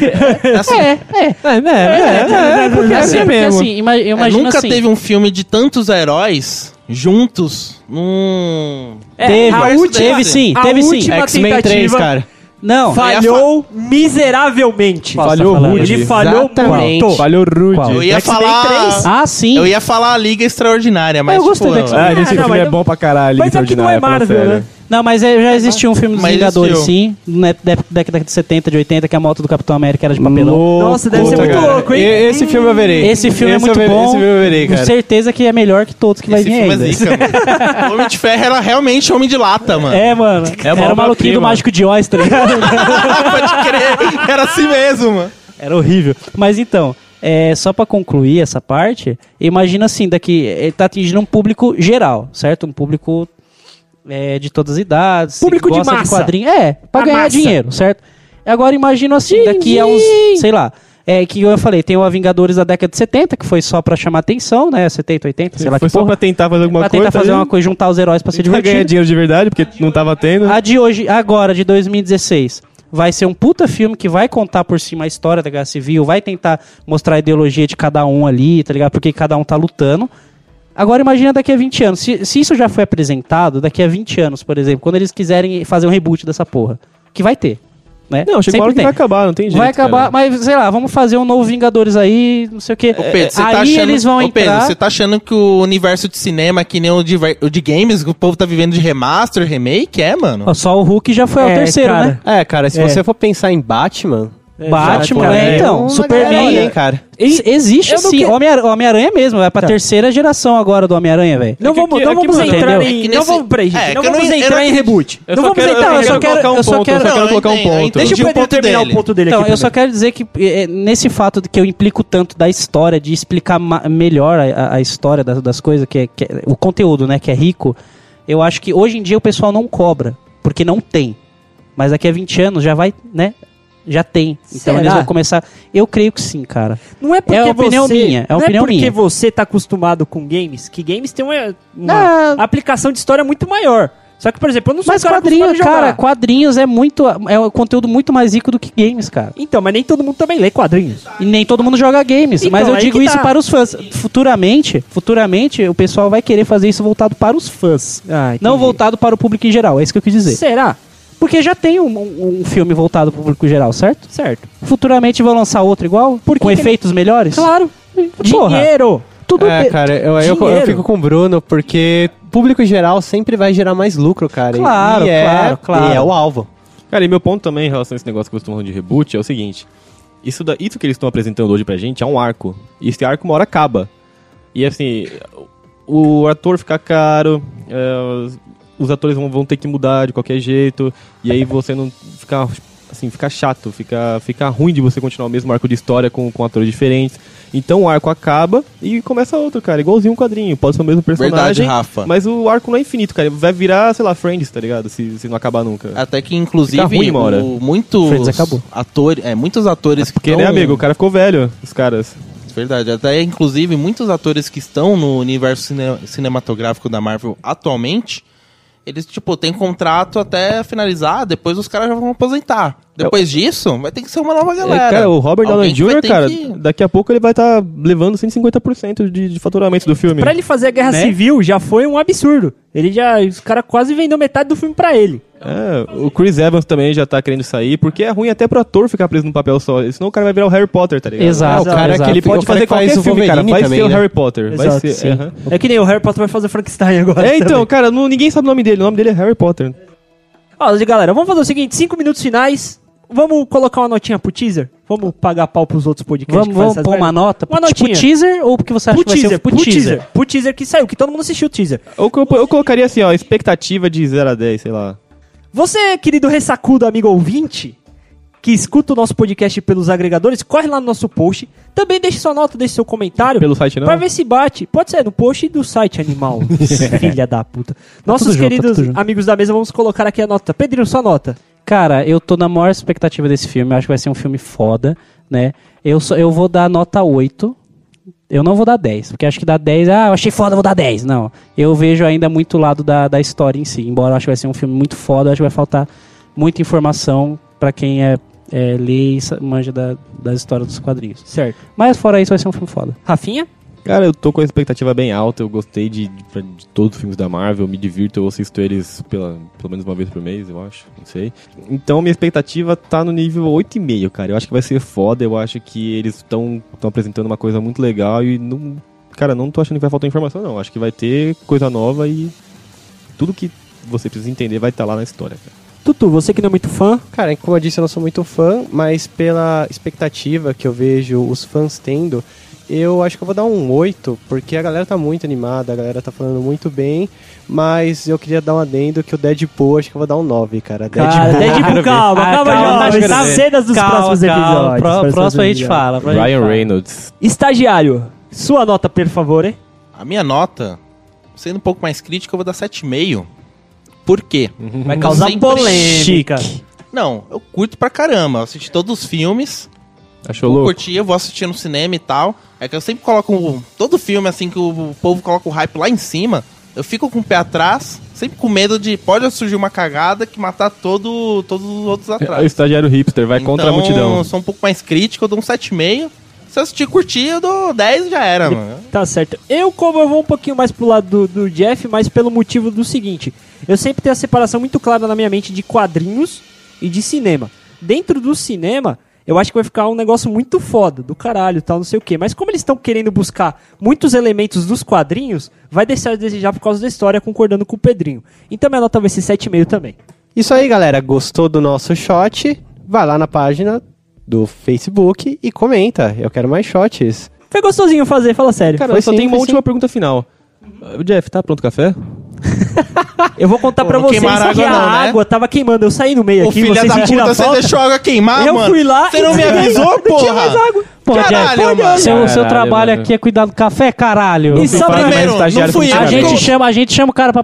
Speaker 1: isso.
Speaker 5: assim,
Speaker 4: É, é.
Speaker 1: É, é, é,
Speaker 4: Porque
Speaker 1: porque
Speaker 4: assim,
Speaker 1: é
Speaker 4: porque
Speaker 1: mesmo.
Speaker 4: assim, ima- eu
Speaker 5: É,
Speaker 4: imagino
Speaker 5: nunca
Speaker 4: assim...
Speaker 5: teve um filme de tantos heróis juntos num...
Speaker 1: É,
Speaker 2: né?
Speaker 4: Teve,
Speaker 1: a última,
Speaker 4: teve sim,
Speaker 1: a
Speaker 4: teve sim.
Speaker 1: última
Speaker 3: X-Men 3,
Speaker 1: tentativa
Speaker 3: cara.
Speaker 4: Não,
Speaker 1: falhou miseravelmente.
Speaker 4: Posso
Speaker 2: Falhou
Speaker 4: tá falando?
Speaker 2: rude.
Speaker 1: Ele falhou
Speaker 4: Exatamente.
Speaker 1: muito.
Speaker 2: Valeu, Rude.
Speaker 4: Qual?
Speaker 5: Eu ia
Speaker 2: Ah, X-Men
Speaker 5: falar-
Speaker 2: 3.
Speaker 4: Ah, sim.
Speaker 5: Eu ia falar a Liga Extraordinária, mas,
Speaker 4: eu gostei
Speaker 5: tipo,
Speaker 4: do X-Men.
Speaker 2: Ah,
Speaker 1: Ah,
Speaker 2: gente, esse
Speaker 1: não,
Speaker 2: filme
Speaker 1: mas-
Speaker 2: é bom pra caralho.
Speaker 1: mas aqui não é
Speaker 2: Extraordinário, fala
Speaker 1: Marvel,
Speaker 2: sério.
Speaker 1: né?
Speaker 4: Não, mas é, já existia um filme dos
Speaker 5: Mas
Speaker 4: Vingadores,
Speaker 5: existiu.
Speaker 4: sim. Na época- década de 70, de 80, que é a moto do Capitão América era de papelão.
Speaker 3: Louco,
Speaker 1: Nossa, deve ser muito
Speaker 3: cara.
Speaker 1: louco, hein?
Speaker 3: E- Esse filme eu verei.
Speaker 4: Esse filme é
Speaker 3: eu
Speaker 4: muito
Speaker 3: verei-
Speaker 4: bom.
Speaker 3: Esse filme eu verei,
Speaker 4: Com
Speaker 3: cara.
Speaker 4: certeza que é melhor que todos que vai
Speaker 5: esse
Speaker 4: vir
Speaker 5: filme
Speaker 4: ainda.
Speaker 5: é zica, mano. Homem de Ferro era realmente Homem de Lata, mano.
Speaker 4: É, mano. era o maluquinho do
Speaker 2: obra-prima.
Speaker 4: Mágico de Oz, tá ligado?
Speaker 5: Pode crer. Era assim mesmo, mano.
Speaker 4: era horrível. Mas então, é, só pra concluir essa parte, imagina assim, daqui ele tá atingindo um público geral, certo? Um público é, de todas as idades. que
Speaker 1: Público de
Speaker 4: gosta
Speaker 1: massa.
Speaker 4: quadrinho. É, pra
Speaker 1: A
Speaker 4: ganhar
Speaker 1: massa.
Speaker 4: dinheiro, certo? Agora imagina assim, daqui a uns, sei lá, é que eu falei, tem o Vingadores da década de 70, que foi só pra chamar atenção, né? 70, 80, sei lá
Speaker 2: Foi
Speaker 4: que
Speaker 2: só
Speaker 4: porra.
Speaker 2: pra tentar fazer alguma
Speaker 4: Pra
Speaker 2: coisa.
Speaker 4: tentar fazer
Speaker 2: né?
Speaker 4: uma coisa, juntar os heróis pra se
Speaker 2: Ele vai ganhar
Speaker 4: divertir. né? Ah,
Speaker 2: dinheiro de verdade, porque não tava tendo.
Speaker 4: A de hoje, agora, de 2016, vai ser um puta filme que vai contar por cima a história da Guerra Civil, vai tentar mostrar a ideologia de cada um ali, tá ligado? Porque cada um tá lutando. Agora imagina daqui a 20 anos. Se, se isso já foi apresentado, daqui a 20 anos, por exemplo, quando eles quiserem fazer um reboot dessa porra. Que vai ter. Né?
Speaker 2: Não, chega uma
Speaker 4: Sempre
Speaker 2: hora que
Speaker 4: tem.
Speaker 2: vai acabar, não tem jeito.
Speaker 4: Vai acabar,
Speaker 2: cara.
Speaker 4: mas sei lá, vamos fazer um novo Vingadores aí, não sei o quê.
Speaker 5: Ô, Pedro, você
Speaker 4: aí
Speaker 5: tá achando...
Speaker 4: eles vão
Speaker 5: Ô,
Speaker 4: entrar.
Speaker 5: Pedro, você tá achando que o universo de cinema é que nem o de, ver- o de games, que o povo tá vivendo de remaster, remake? É, mano.
Speaker 4: Ó, Só o Hulk já foi ao
Speaker 1: É,
Speaker 4: terceiro,
Speaker 1: cara.
Speaker 4: né?
Speaker 3: É, cara, se
Speaker 1: É.
Speaker 3: você for pensar em Batman...
Speaker 4: Batman,
Speaker 3: cara,
Speaker 4: é, então.
Speaker 3: uma
Speaker 4: Superman,
Speaker 3: galera, hein, cara.
Speaker 4: E- existe
Speaker 1: eu não
Speaker 4: sim.
Speaker 1: que-
Speaker 4: Homem-Aranha Homem-Aranha mesmo, é pra
Speaker 1: Tá.
Speaker 4: terceira geração agora do Homem-Aranha, velho.
Speaker 1: Não
Speaker 2: É que
Speaker 1: vamos,
Speaker 2: aqui-
Speaker 1: não
Speaker 2: é que
Speaker 1: vamos
Speaker 2: mano,
Speaker 1: entrar
Speaker 4: entendeu?
Speaker 1: em.
Speaker 5: É que
Speaker 1: não
Speaker 5: nesse-
Speaker 1: vamos, peraí, gente.
Speaker 5: é,
Speaker 1: não
Speaker 5: que eu não-
Speaker 1: vamos
Speaker 5: eu não
Speaker 1: entrar em
Speaker 5: acredito-
Speaker 1: reboot.
Speaker 2: Eu
Speaker 1: não
Speaker 2: só
Speaker 1: vamos
Speaker 2: quero-
Speaker 1: entrar,
Speaker 4: eu
Speaker 1: eu só
Speaker 4: quero
Speaker 1: quero.
Speaker 4: colocar um
Speaker 1: Eu só
Speaker 4: ponto, eu
Speaker 1: quero.
Speaker 4: só
Speaker 5: quero
Speaker 1: Não,
Speaker 5: colocar um
Speaker 1: eu entendo, eu
Speaker 5: ponto.
Speaker 1: entendo.
Speaker 5: Deixa
Speaker 1: Deixa
Speaker 5: o
Speaker 1: o Pedro
Speaker 5: ponto
Speaker 1: terminar
Speaker 5: dele.
Speaker 1: o ponto dele
Speaker 4: Então,
Speaker 1: aqui.
Speaker 4: eu só quero dizer que eh, nesse fato de que eu implico tanto da história, de explicar ma- melhor a- a, a história das, das coisas, que, é, que é- o conteúdo, né, que é rico, eu acho que hoje em dia o pessoal não cobra, porque não tem. Mas daqui a 20 anos já vai, né? Já tem. Então
Speaker 1: Será?
Speaker 4: eles vão começar. Eu creio que sim, cara.
Speaker 1: Não é porque
Speaker 4: É opinião
Speaker 1: você,
Speaker 4: minha, é
Speaker 1: não
Speaker 4: opinião
Speaker 1: é porque
Speaker 4: minha.
Speaker 1: você tá acostumado com games, que games tem uma, uma
Speaker 4: Ah.
Speaker 1: aplicação de história muito maior. Só que, por exemplo, eu não sou
Speaker 4: Mas
Speaker 1: um cara
Speaker 4: quadrinhos,
Speaker 1: acostumado a
Speaker 4: cara,
Speaker 1: jogar.
Speaker 4: quadrinhos é muito. É um conteúdo muito mais rico do que games, cara.
Speaker 1: Então, mas nem todo mundo também lê quadrinhos.
Speaker 4: E nem todo mundo joga games,
Speaker 1: Então,
Speaker 4: mas eu
Speaker 1: aí
Speaker 4: digo
Speaker 1: que
Speaker 4: isso
Speaker 1: tá.
Speaker 4: para os fãs. Futuramente, futuramente o pessoal vai querer fazer isso voltado para os fãs,
Speaker 1: Ah,
Speaker 4: não voltado para o público em geral. É isso que eu quis dizer.
Speaker 1: Será?
Speaker 4: Porque já tem um, um- um filme voltado para o público geral, certo?
Speaker 1: Certo.
Speaker 4: Futuramente vão lançar outro igual,
Speaker 1: Por que
Speaker 4: com
Speaker 1: que ele-
Speaker 4: efeitos melhores.
Speaker 1: Claro.
Speaker 4: Porra.
Speaker 1: Dinheiro.
Speaker 4: Tudo
Speaker 3: É,
Speaker 4: bem.
Speaker 3: cara, eu, eu- eu,
Speaker 1: Dinheiro.
Speaker 3: fico com o Bruno, porque público em geral sempre vai gerar mais lucro, cara. E-
Speaker 4: Claro,
Speaker 3: e é,
Speaker 4: claro, claro.
Speaker 3: E é o alvo.
Speaker 2: Cara, e meu ponto também em relação a esse negócio que vocês estão falando de reboot é o seguinte: isso, da, isso que eles estão apresentando hoje pra gente é um arco. E esse arco uma hora acaba. E assim, o ator fica caro, é, os- os atores vão, vão ter que mudar de qualquer jeito, e aí você não fica. Assim, fica chato, fica, fica ruim de você continuar o mesmo arco de história com, com atores diferentes. Então o arco acaba e começa outro, cara. Igualzinho um quadrinho. Pode ser o mesmo personagem.
Speaker 5: Verdade, Rafa.
Speaker 2: Mas o arco não é infinito, cara. Vai virar, sei lá, Friends, tá ligado? Se, se não acabar nunca.
Speaker 5: Até que, inclusive,
Speaker 2: Fica ruim uma hora.
Speaker 5: o- muitos
Speaker 4: Friends acabou.
Speaker 5: atores. É, muitos atores que
Speaker 2: Porque, né,
Speaker 5: tão-
Speaker 2: amigo? O cara ficou velho, os caras.
Speaker 5: Verdade. Até, inclusive, muitos atores que estão no universo cine- cinematográfico da Marvel atualmente, eles, tipo, têm contrato até finalizar, depois os caras já vão aposentar. Depois disso, vai ter que ser uma nova galera.
Speaker 2: É, cara, o Robert Downey
Speaker 5: Alguém que vai
Speaker 2: Jr.,
Speaker 5: ter
Speaker 2: cara,
Speaker 5: que-
Speaker 2: daqui a pouco ele vai estar levando 150% de, de faturamento do filme.
Speaker 1: Pra ele fazer a Guerra
Speaker 4: Né?
Speaker 1: Civil já foi um absurdo. Ele já. Os caras quase vendeu metade do filme pra ele.
Speaker 2: É, o Chris Evans também já tá querendo sair, porque é ruim até pro ator ficar preso num papel só. Senão o cara vai virar o Harry Potter, tá ligado?
Speaker 4: Exato.
Speaker 3: o cara
Speaker 4: exato.
Speaker 3: que ele
Speaker 2: Ele pode
Speaker 3: o cara
Speaker 2: fazer
Speaker 3: que faz
Speaker 2: qualquer
Speaker 3: o
Speaker 2: filme, cara.
Speaker 3: Wolverine
Speaker 2: Vai
Speaker 3: também,
Speaker 2: ser o
Speaker 3: né?
Speaker 2: Harry Potter.
Speaker 1: Exato,
Speaker 2: vai
Speaker 1: sim.
Speaker 2: ser. aham.
Speaker 1: É que nem o Harry Potter vai fazer Frankenstein agora.
Speaker 2: É, então,
Speaker 1: também.
Speaker 2: cara, não- ninguém sabe o nome dele. O nome dele é Harry Potter.
Speaker 1: Ó, galera, vamos fazer o seguinte: cinco minutos finais. Vamos colocar uma notinha pro teaser? Vamos pagar pau pros outros podcasts
Speaker 4: Vamos,
Speaker 1: que fazem
Speaker 4: vamos
Speaker 1: essas
Speaker 4: pôr uma
Speaker 1: merda?
Speaker 4: nota?
Speaker 1: Uma
Speaker 4: tipo
Speaker 1: notinha.
Speaker 4: teaser ou porque você acha
Speaker 1: Pro
Speaker 4: que vai ser
Speaker 1: teaser,
Speaker 4: um- pro
Speaker 1: pro teaser, pro teaser que saiu, que todo mundo assistiu o teaser.
Speaker 2: Eu, co- eu colocaria assim, ó, expectativa de 0 a 10, sei lá.
Speaker 1: Você, querido ressacudo amigo ouvinte, que escuta o nosso podcast pelos agregadores, corre lá no nosso post. Também deixe sua nota, deixe seu comentário.
Speaker 2: Pelo site não?
Speaker 1: Pra ver se bate. Pode ser no post do site, animal. Filha da puta. Nossos
Speaker 4: junto, tá
Speaker 1: queridos
Speaker 4: tudo junto.
Speaker 1: amigos da mesa, vamos colocar aqui a nota. Pedrinho, sua nota.
Speaker 4: Cara, eu tô na maior expectativa desse filme. Eu acho que vai ser um filme foda, né? Eu, só, eu vou dar nota 8. Eu não vou dar 10, porque acho que dar 10, ah, eu achei foda, vou dar 10. Não. Eu vejo ainda muito lado da, da história em si. Embora eu acho que vai ser um filme muito foda, eu acho que vai faltar muita informação pra quem é, é lê e sa- manja da, das histórias dos quadrinhos.
Speaker 1: Certo.
Speaker 4: Mas fora isso, vai ser um filme foda.
Speaker 1: Rafinha?
Speaker 2: Cara, eu tô com a expectativa bem alta. Eu gostei de, de- de todos os filmes da Marvel. Me divirto, eu assisto eles pela, pelo menos uma vez por mês, eu acho. Não sei. Então, minha expectativa tá no nível 8,5, cara. Eu acho que vai ser foda. Eu acho que eles estão apresentando uma coisa muito legal. E, não, cara, não tô achando que vai faltar informação, não. Acho que vai ter coisa nova e tudo que você precisa entender vai estar lá na história, cara.
Speaker 1: Tutu, você que não é muito fã.
Speaker 3: Cara, como eu disse, eu não sou muito fã, mas pela expectativa que eu vejo os fãs tendo, eu acho que eu vou dar um 8, porque a galera tá muito animada, a galera tá falando muito bem, mas eu queria dar um adendo que o Deadpool, acho que eu vou dar um 9, cara.
Speaker 1: Cara,
Speaker 3: Deadpool.
Speaker 1: Deadpool, calma,
Speaker 4: Ah,
Speaker 1: calma,
Speaker 4: calma,
Speaker 1: jovem.
Speaker 4: tá
Speaker 1: As
Speaker 4: chegando.
Speaker 1: cenas dos
Speaker 4: Calma,
Speaker 1: próximos
Speaker 4: calma,
Speaker 1: episódios.
Speaker 4: pró-
Speaker 1: Próximos
Speaker 4: próximo a gente
Speaker 1: episódios.
Speaker 4: fala, pra gente
Speaker 2: Ryan
Speaker 4: fala.
Speaker 2: Reynolds.
Speaker 1: Estagiário, sua nota, por favor, hein?
Speaker 5: A minha nota, sendo um pouco mais crítica, eu vou dar 7,5. Por quê?
Speaker 1: Vai causar
Speaker 5: Sempre
Speaker 1: polêmica.
Speaker 5: Não, eu curto pra caramba. Eu assisti todos os filmes.
Speaker 2: Achou
Speaker 5: Vou
Speaker 2: louco?
Speaker 5: curtir, eu vou assistir no cinema e tal. É que eu sempre coloco o- todo filme assim que o povo coloca o hype lá em cima. Eu fico com o pé atrás, sempre com medo de pode surgir uma cagada que matar todo, todos os outros
Speaker 2: É o
Speaker 5: atrás.
Speaker 2: estagiário hipster, vai contra a
Speaker 5: Então,
Speaker 2: multidão.
Speaker 5: Eu sou um pouco mais crítico, eu dou um 7,5. Se eu assistir e curtir, eu dou 10 e já era, mano.
Speaker 1: Tá certo. Eu, como eu vou um pouquinho mais pro lado do, do Jeff, mas pelo motivo do seguinte: eu sempre tenho a separação muito clara na minha mente de quadrinhos e de cinema. Dentro do cinema, eu acho que vai ficar um negócio muito foda, do caralho, tal, não sei o quê. Mas como eles estão querendo buscar muitos elementos dos quadrinhos, vai deixar a desejar por causa da história, concordando com o Pedrinho. Então minha nota vai ser 7,5 também.
Speaker 3: Isso aí, galera. Gostou do nosso shot? Vai lá na página do Facebook e comenta. Eu quero mais shots.
Speaker 1: Foi gostosinho fazer, fala sério.
Speaker 2: Cara,
Speaker 3: Foi
Speaker 2: eu
Speaker 5: é?
Speaker 2: só
Speaker 3: sim,
Speaker 2: tenho uma
Speaker 3: foi
Speaker 2: última pergunta final. Uh, Jeff, tá pronto o café?
Speaker 1: eu vou contar
Speaker 5: Pô,
Speaker 1: pra
Speaker 5: não
Speaker 1: vocês que
Speaker 5: queimar água
Speaker 1: a
Speaker 5: não, né?
Speaker 1: água tava queimando. Eu saí no meio
Speaker 5: Ô,
Speaker 1: aqui,
Speaker 5: filha
Speaker 1: vocês
Speaker 5: da
Speaker 1: sentiram
Speaker 5: puta,
Speaker 1: a
Speaker 5: você
Speaker 1: falta.
Speaker 5: deixou a água
Speaker 4: Ah,
Speaker 5: queimar,
Speaker 1: eu
Speaker 5: mano.
Speaker 1: fui lá
Speaker 5: Você
Speaker 1: e
Speaker 5: não me
Speaker 1: tirei-
Speaker 5: avisou,
Speaker 1: Não tinha mais
Speaker 5: porra.
Speaker 1: água.
Speaker 4: Pô,
Speaker 5: Caralho,
Speaker 4: Jeff, seu,
Speaker 5: mano.
Speaker 4: seu
Speaker 2: Caralho,
Speaker 4: trabalho
Speaker 2: mano.
Speaker 4: aqui é cuidar do café, caralho.
Speaker 1: E só
Speaker 2: faz mais
Speaker 5: Primeiro, não
Speaker 2: estagiário
Speaker 5: fui
Speaker 2: com
Speaker 5: eu
Speaker 4: A
Speaker 5: que
Speaker 2: estagiário.
Speaker 4: gente
Speaker 5: eu-
Speaker 4: chama, a gente chama o cara pra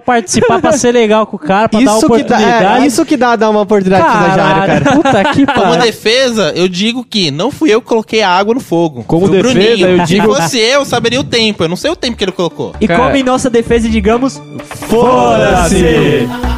Speaker 4: participar, pra ser legal com o cara, pra dar
Speaker 3: Isso que, dá,
Speaker 4: oportunidade.
Speaker 3: é, isso que dá dar uma oportunidade pro estagiário, cara.
Speaker 4: Caralho, puta que
Speaker 5: Como
Speaker 4: pariu.
Speaker 5: defesa, eu digo que não fui eu que coloquei a água no fogo.
Speaker 2: Como
Speaker 5: Foi o
Speaker 2: defesa, eu
Speaker 5: Se
Speaker 2: digo-
Speaker 5: fosse eu, eu saberia o tempo. Eu não sei o tempo que ele colocou.
Speaker 1: E
Speaker 2: Cara.
Speaker 1: como em nossa defesa, digamos,
Speaker 2: Foda-se!